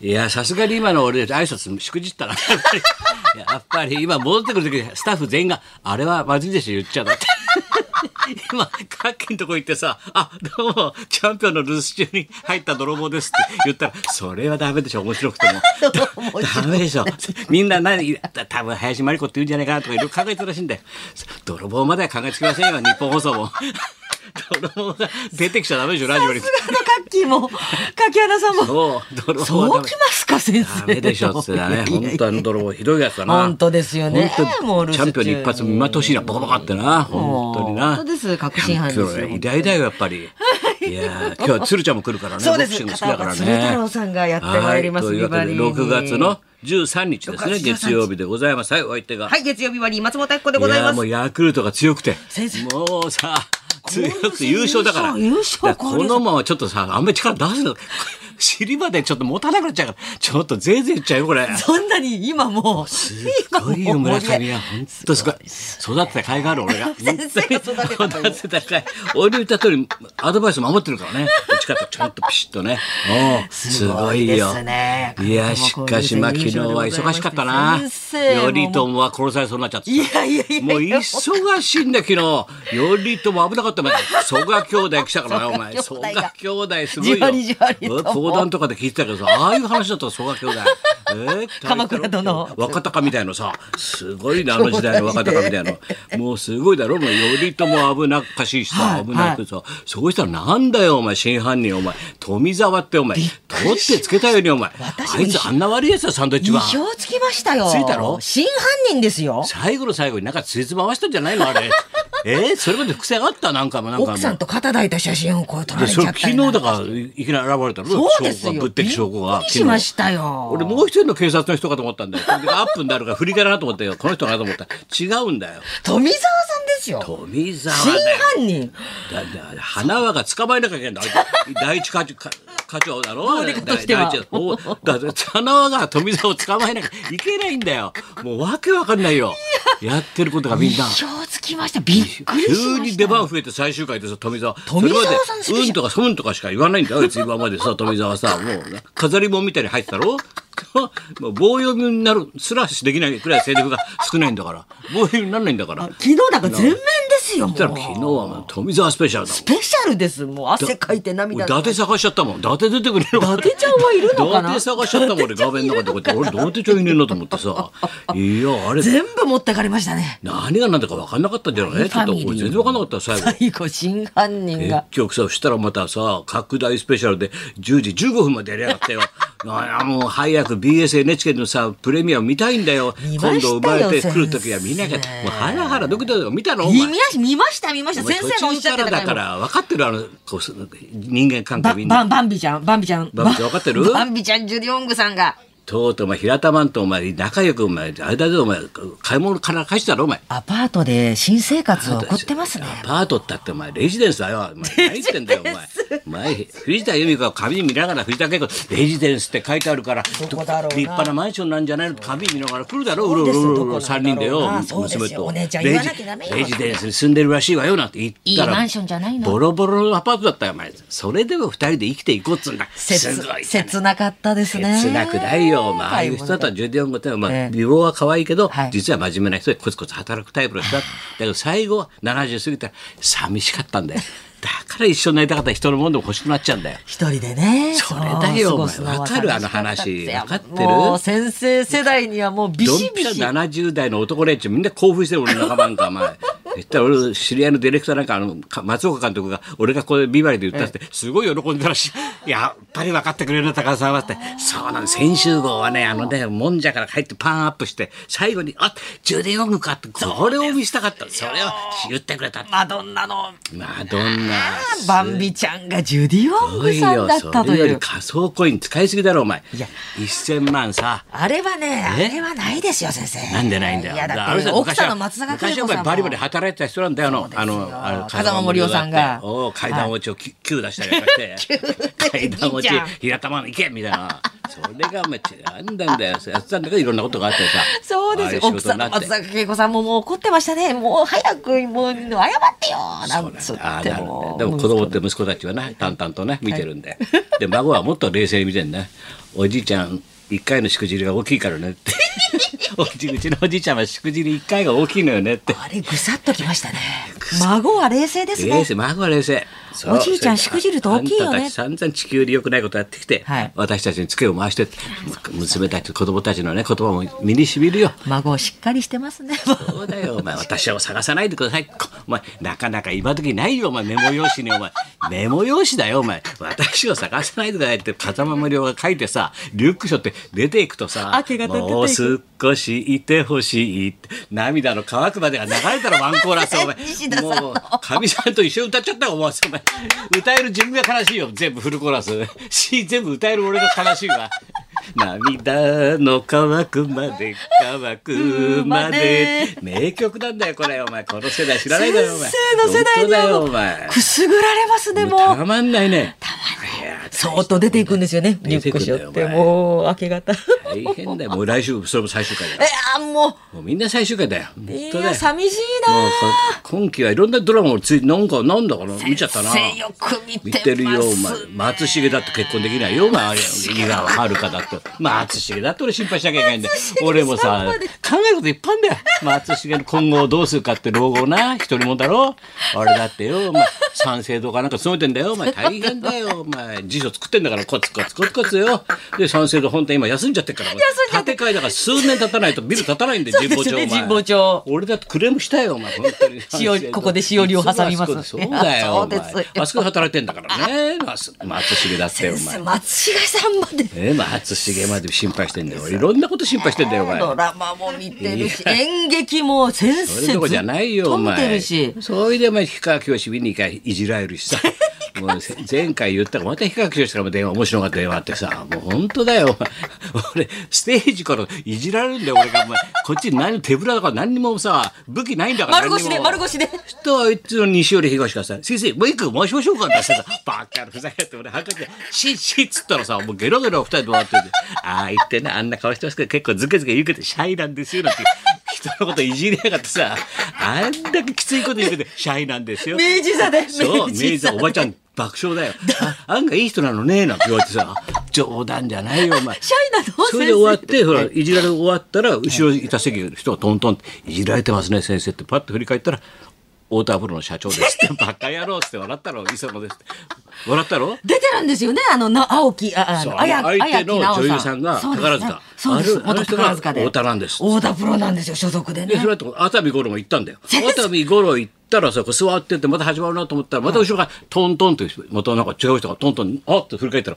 いやさすがに今の俺たち挨拶しくじったなやっぱり今戻ってくる時にスタッフ全員が「あれはまずいでしょ言っちゃうな」って 今カッキンとこ行ってさ「あどうもチャンピオンの留守中に入った泥棒です」って言ったら「それはダメでしょ面白く ても」ダメでしょみんな何た多分林真理子って言うんじゃないかなとかいろいろ考えてるらしいんだよ泥棒までは考えつきませんよ日本放送も 泥棒が出てきちゃダメでしょラジオに。カッキーも柿原さんもそう泥棒はそダうメきますか先生ダメでしょっつってだね。いやいや本当あの泥棒ひどいやつだな。本当ですよね本当もう留守チャンピオンに一発見まとしいな、ボコボコってな。本もう当にな。本当です確信犯ですよチャンピオンは偉大だよ、やっぱり。いやー今日は鶴ちゃんも来るからね。そうですボクシング好きだからね。片岡鶴太郎さんがやってまいりますはいというわけで、ビバリーに6月の13日ですね、 6月13日月曜日でございます。はい、お相手が。はい月曜日は松本明子でございやまーすもうヤクルトが強くて先生もうさ強くて優勝だから優勝優勝だからこのままちょっとさあんまり力出すの尻までちょっと持たなくなっちゃうからちょっとぜいぜい言っちゃうよこれそんなに今もうすごいよ今もう村盛り上上げは本当すごい育てた甲斐がある俺が先生が育てた甲斐本当に育てた甲斐俺の言った通りアドバイス守ってるからね打ち方ちゃんとピシッとねおうすごいよすごいですねいやしかしまあ昨日は忙しかったな先生も頼朝は殺されそうになっちゃっていやいやいやもう忙しいんだ昨日頼朝危なかったまで曽我兄弟来たからねお前曽曽我我兄弟すごじわりいじわりよと講談とかで聞いてたけどさああいう話だったら曽我兄弟え ー鎌倉殿若隆みたいのさすごいねあの時代の若隆みたいのもうすごいだろもう頼朝危なっかしいしはさい危なくさ、そうしたらなんだよお前真犯人お前富澤ってお前取ってつけたようにお前私あいつあんな悪いやつだサンドイッチ意マン表つきましたよついたろ真犯人ですよ最後の最後になんかついつまわしたんじゃないのあ れえー、それまで伏線あったなんかもなんかも奥さんと肩抱いた写真をこう撮らでれちそゃれった昨日りなんだかからいいきなり現れたのそうです証拠よが物的証拠びがっくりしましたよ俺もう一人の警察の人かと思ったんだよこれでアップになるから振り返らなと思ったよこの人かなと思った違うんだよ富澤さんですよ富澤真だよ犯人だって花輪が捕まえなきゃいけないんだあいつ第一課長か課長だろうにかとしては第一おだって花輪が富澤を捕まえなきゃいけないんだよもうわけわかんないよやってることがみんな意表つきましたびっくりしました急に出番増えて最終回でさ富澤富澤さんそスれまペでシャルうんとかそうんとかしか言わないんだよあいつ今までさ富澤さもうね飾り物みたいに入ってたろ もう棒読みになるすらしできないくらいセリフが少ないんだから棒読みにならないんだから昨日だから全面ですよもうだから昨日はもう富澤スペシャルだもんスペシャルですもう汗かいて俺涙伊達探しちゃったもん伊達出てくれる伊達ちゃんはいるのかな伊達探しちゃったもん俺画面の中でこうやって俺伊達ちゃんいねえなと思ってさいやあれ全部持ってかれましたね何が何だか分かんなかったんじゃないちょっと俺全然分かんなかった最後最後真犯人結が局さそしたらまたさ拡大スペシャルで10時15分までやりやがったよ ああもう早く BSNHK のさプレミアム見たいんだよ見ま今した度よ生まれてくる時は先生見なきゃもうハラハラドキドキ見たのお見前まし見ました見ましたお前先生がおっしゃって途中たからだかもうら分かってるあのこうす人間関係ばみんばなんバンビちゃんバンビちゃんバンビちゃんわかってるバンビちゃんジュディ・オングさんがとうとうお前平田マンとお前仲良くお前あれだぞお前買い物から返したろお前アパートで新生活を送ってますねアパートったってお前レジデンスだよ。お前何言ってんだよお前。お前藤田由美子が紙見ながら藤田恵子レジデンスって書いてあるからこだろうな立派なマンションなんじゃないの紙見ながら来るだろうそうろうですろようろうろどこな三んだ人でろうよなそうですよ娘とお姉ちゃん言レわジなきゃダメよレジデンスに住んでるらしいわよなんて言ったらいいマンションじゃないのボロボロのアパートだったよお前それでも二人で生きていこうっつうんだす切ごいじゃない切なかったですね切なくないよ。まあ、ああいう人だったらジュディ・オングってのは、まあ、ええ美貌は可愛いけど、はい実は真面目な人でコツコツ働くタイプの人だった。だけど最後は70過ぎたら寂しかったんだよ。だから一緒になりたかったら人のもんでも欲しくなっちゃうんだよ。一人でねそれだよそう過ごすのはお前わかる楽しったですよあの話わかってるもう先生世代にはもうビドンシピビシャシ70代の男連中みんな興奮してる俺の仲間なんかお 前。言ったら俺の知り合いのディレクターなんかあのか松岡監督が俺がこれビバリーで言ったってすごい喜んでたらしいやっぱり分かってくれるな高田さんはってそうなん先週号はねあのねもんじゃから帰ってパンアップして最後に「あジュディ・オングか」ってこれを見せたかったそれを言ってくれたってマドンナのマドンナバンビちゃんがジュディ・オングさんだったそとれよいりう仮想コイン使いすぎだろお前いや1000万さあれはねあれはないですよ先生なんでないんだよ。いやだあっのて人奥昔さんはの松坂慶昔子はさやんっもぱりバリバリ働いてた人なんだよあのあのあの風間森夫さんが お階段落ちをき急だしたりなんかして階段落ちいいじゃん平田まん行けみたいなそれがお前なんだんだよやってたんだからいろんなことがあってさそうですよ。ああいう奥仕事さんになのって松坂慶子さんももう怒ってましたね。もう早くもう謝ってよなんつそうっなんだああてなるもほう。どねでも子供って息子たちはね淡々とね見てるんで、で孫はもっと冷静に見てるねおじいちゃん一回のしくじりが大きいからねって おじうちのおじいちゃんはしくじり一回が大きいのよねってあれぐさっときましたね。孫は冷静です冷ね。静孫は冷静そうおじいちゃんしくじると大きいよねあんたたち散々地球で良くないことやってきて、はい私たちにツケを回して娘たち子供たちのね言葉も身にしみるよ孫をしっかりしてますね。そうだよ、お 前。私を探さないでください。こお前、なかなか今時ないよ、お前。メモ用紙に、お前。メモ用紙だよ、お前。私を探さないでくださいって、風間亮が書いてさ、リュックショって出ていくとさ、明け方出ていく。もう少しいてほしいって、涙の乾くまでが流れたらワンコーラス、お前西田さんのもう、かみさんと一緒に歌っちゃったよ、お前。お前歌える自分が悲しいよ、全部フルコーラス。し、全部歌える俺が悲しいわ。涙の乾くまで乾くまで名曲なんだよこれお前この世代知らないだろお前先生の世代本当にだはよもおう前くすぐられますねもたう。まんないねたまんないそーっと出ていくんですよね。出入てく国んしだよよってお前もう明け方。大変だよもう来週それも最終回だえよあももうみんな最終回だよ本うい当だやよ寂しいもうな。こ今期はいろんなドラマをついなんかなんだかな見ちゃったな先生よく見て見てるよまおす前松重だって結婚できないよお前あれ井川遥だ って松重だって俺心配しなきゃいけないんだよ俺もさ考えることいっぱいあんだよ松重の今後をどうするかって老後な一人もんだろあれだってよお前三省堂かなんか勤めてんだよお前大変だよお前辞書作ってんだからコツコツコツコツよで三省堂本店今休んじゃってっからお前休んじゃって建て替えだから数年経たないとビル建たないんでそう神保です町おね前神保町俺だってクレームしたよお前本当 にしおりここでしおりを挟みますいつもあそこでそうだよお前そうですよあそこで働いてんだからね松重だってお先生前松重さんまで。え松重まで心配してんだよ俺いろんなこと心配してんだよお前ドラマも見てるし、演劇も先それどこ生ろじずゃっないよおと見て前るし。それでお前氷川きよし見に行かいじられるし さもうせ前回言ったからまた氷川きよしからも電話面白かった電話あってさもう本当だよお前俺ステージからいじられるんだよ俺がお前こっち何手ぶらだから何にもさ武器ないんだから丸腰で、何にも丸 腰で。そしたらあいつの西より東からさ、先生、もう一個回しましょうかってさ、バカのふざけやがって俺、はかって、シッシッつったらさ、もうゲロゲロ二人で回ってて、ああ、言ってね、あんな顔してますけど、結構ズケズケ言うけど、シャイなんですよ、なんて、人のこといじりやがってさ、あんだけきついこと言うけど、シャイなんですよ。明治座で、そう、明明治治座おばちゃん爆笑だよ。あ案外いい人なのね、なんて言われてさ、冗談じゃないよ、お前。シャイなのそれで終わって、ほら、いじられ終わったら、後ろにいた席の人がトントンって、いじられてますね、先生って、パッと振り返ったら、太田プロの社長です って、バカ野郎っつって笑ったろ、磯野ですって。笑ったろ出てるんですよね、あの、な青木、あ、あそうの、あや、相手の綾木直女優さんがそうですね宝塚そうであす。れあの元人が宝塚で。太田なんです太田プロなんですよ、所属でで、そね。れと熱海五郎も行ったんだよ。熱海五郎行ったらさ、こう座ってて、また始まるなと思ったら、また後ろからトントンと、またなんか違う人がトントン、あっと振り返ったら、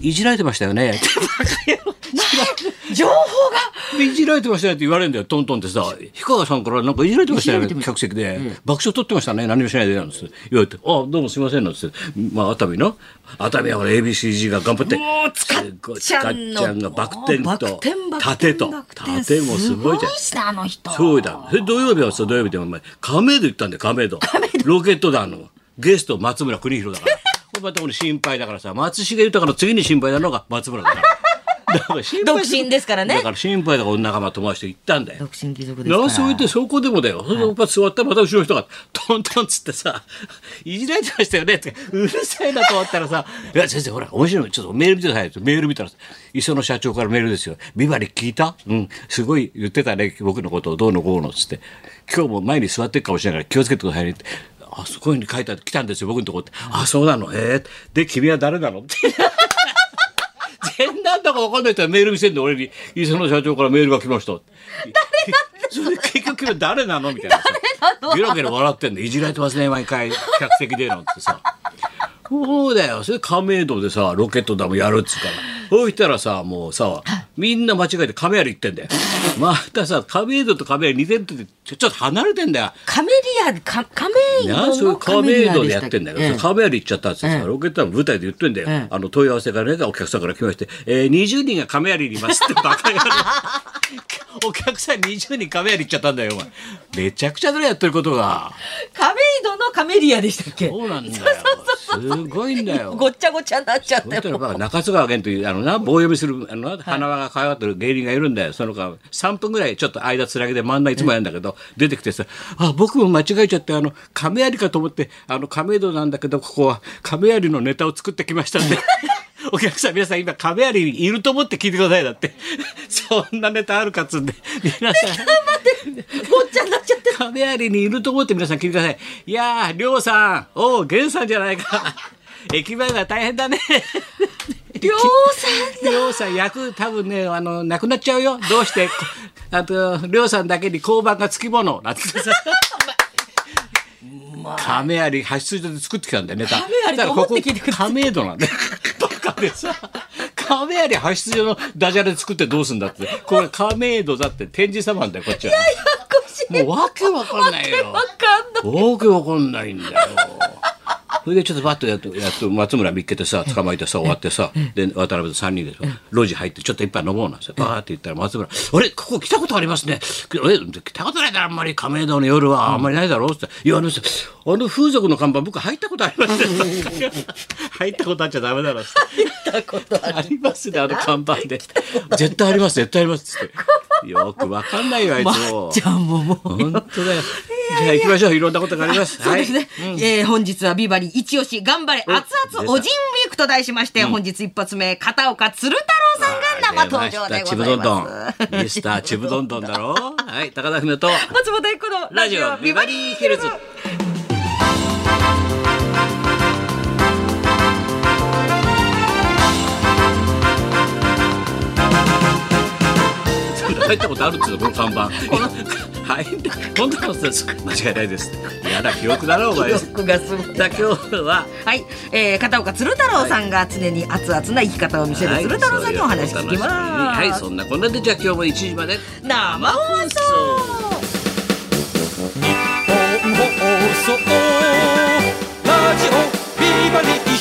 いじられてましたよね。って情報が、いじられてましたねって言われるんだよ、トントンってさ、氷川さんからなんかいじられてましたよね、客席で、爆笑取ってましたね、何もしないでなんですって言われて、あどうもすいませんなんつって、まあ、熱海の、熱海はほら ABCG が頑張って、もう、つかっちゃつんかっちゃんの。がバク転バクと転バ、ク縦転とバク、転縦もすごいじゃん。すごいな、あの人。そうだ。それ土曜日はさ、土曜日でお前、亀戸行ったんだよ、亀戸。ロケット団のゲスト松村邦弘だから。これまた俺心配だからさ、松重豊の次に心配なのが松村だから。だから心配独身ですからねだから心配だから女仲間友達と行ったんだよ。独身貴族ですから。なんせ置いてそこでもだよ。それでおっぱ座ったらまた後ろの人がトントンっつってさ、いじられてましたよねって、うるさいなと思ったらさ、いや先生ほら、面白いのちょっとメール見てくださいってメール見たらさ、磯野社長からメールですよ。ビバリー聞いたうん。すごい言ってたね、僕のことをどうのこうのっつって。今日も前に座ってるかもしれないから気をつけてくださいねって。あ、そうこういうふうに書いてあって来たんですよ、僕のとこって。あ、そうなのえー、で、君は誰なのって。全然だか分かんない人がメール見せんで俺に磯野社長からメールが来ましたそれで結局君は誰なのみたいなさゲラゲラ笑ってんのいじられてますね毎回客席でなんてさそうだよそれで亀戸でさロケット弾もやるっつうからそうしたらさもうさみんな間違えて亀有行ってんだよまたさ亀戸と亀有似てるって言ってちょちょっと離れてんだよカメリア、カカメイなドそういうのカメ亀リア戸ででしやたっっけてんだよ、ええ亀有行っちゃったっつってさ、ええロケットの舞台で言ってんだよ、ええあの問い合わせからねお客さんから来まして、えー、20人が亀有にいますってバカが お客さん20人亀有行っちゃったんだよお前めちゃくちゃだねやってることが亀戸のカメリアでしたっけそうなんだよすごいんだよごっちゃごちゃになっちゃっ本て当もにうバカ中津川源というあのな棒読みするあのな花輪が可愛がってる芸人がいるんだよその子3分ぐらいちょっと間つらげで漫談いつもやるんだけど出てきてさ「あ僕も間違えちゃってあの亀有かと思ってあの亀戸なんだけどここは亀有のネタを作ってきましたんで」お客さん皆さん今亀有にいると思って聞いてくださいだって そんなネタあるかっつうんで皆さんごっちゃになっちゃって亀有にいると思って皆さん聞いてください。いやー、りょうさん、おう、源さんじゃないか。駅前が大変だね。りょうさんりょうさん、役、多分ね、あの、なくなっちゃうよ。どうして、こあと、りょうさんだけに交番がつきもの、なんてさ。亀有、派出所で作ってきたんだよ、ネタ。亀有と思って聞いてくだからここ亀戸なんだよ。バカでさ。亀有派出所のダジャレ作ってどうすんだって。これ亀戸だって天神様なんだよ、こっちは。ややこしいもうわけわかんないよ。わかんないわけわかんないんだよ。それでちょっとバッとやっとやっと松村見っけてさ捕まえてさ終わってさで渡辺と3人でさ路地入ってちょっと一杯飲もうなんてバーって言ったら松村「あれここ来たことありますねえ来たことないだろあんまり亀戸の夜はあんまりないだろ」って言われました「あの風俗の看板僕入ったことありますね」入ったことあっちゃダメだろ」っつってたことあるありますね、あの看板で。絶対あります、絶対ありますっつって。よくわかんないよ、あいつも。じゃあもうもう本当だよ。じゃあ行きましょう、いろんなことがあります。そうですね、えー本日はビバリー一押し頑張れ熱出々たおじんウィークと題しまして、本日一発目片岡鶴太郎さんが生登場でございま出ましたちぶどんどんミスターちぶどんどん すだろはい、高田文夫と。松本彦のラジオビバリーヒルズ。入ったことあるっつうのこの看板。はい、本当のことです。間違いないです。嫌な記憶だろお前。記憶がすごいじゃあ今日ははい、えー、片岡鶴太郎さんが常に熱々な生き方を見せるはい鶴太郎さんにお話聞きます。はい、そんなこんなでじゃあ今日も1時まで。生放送日本放送ラジオビバリー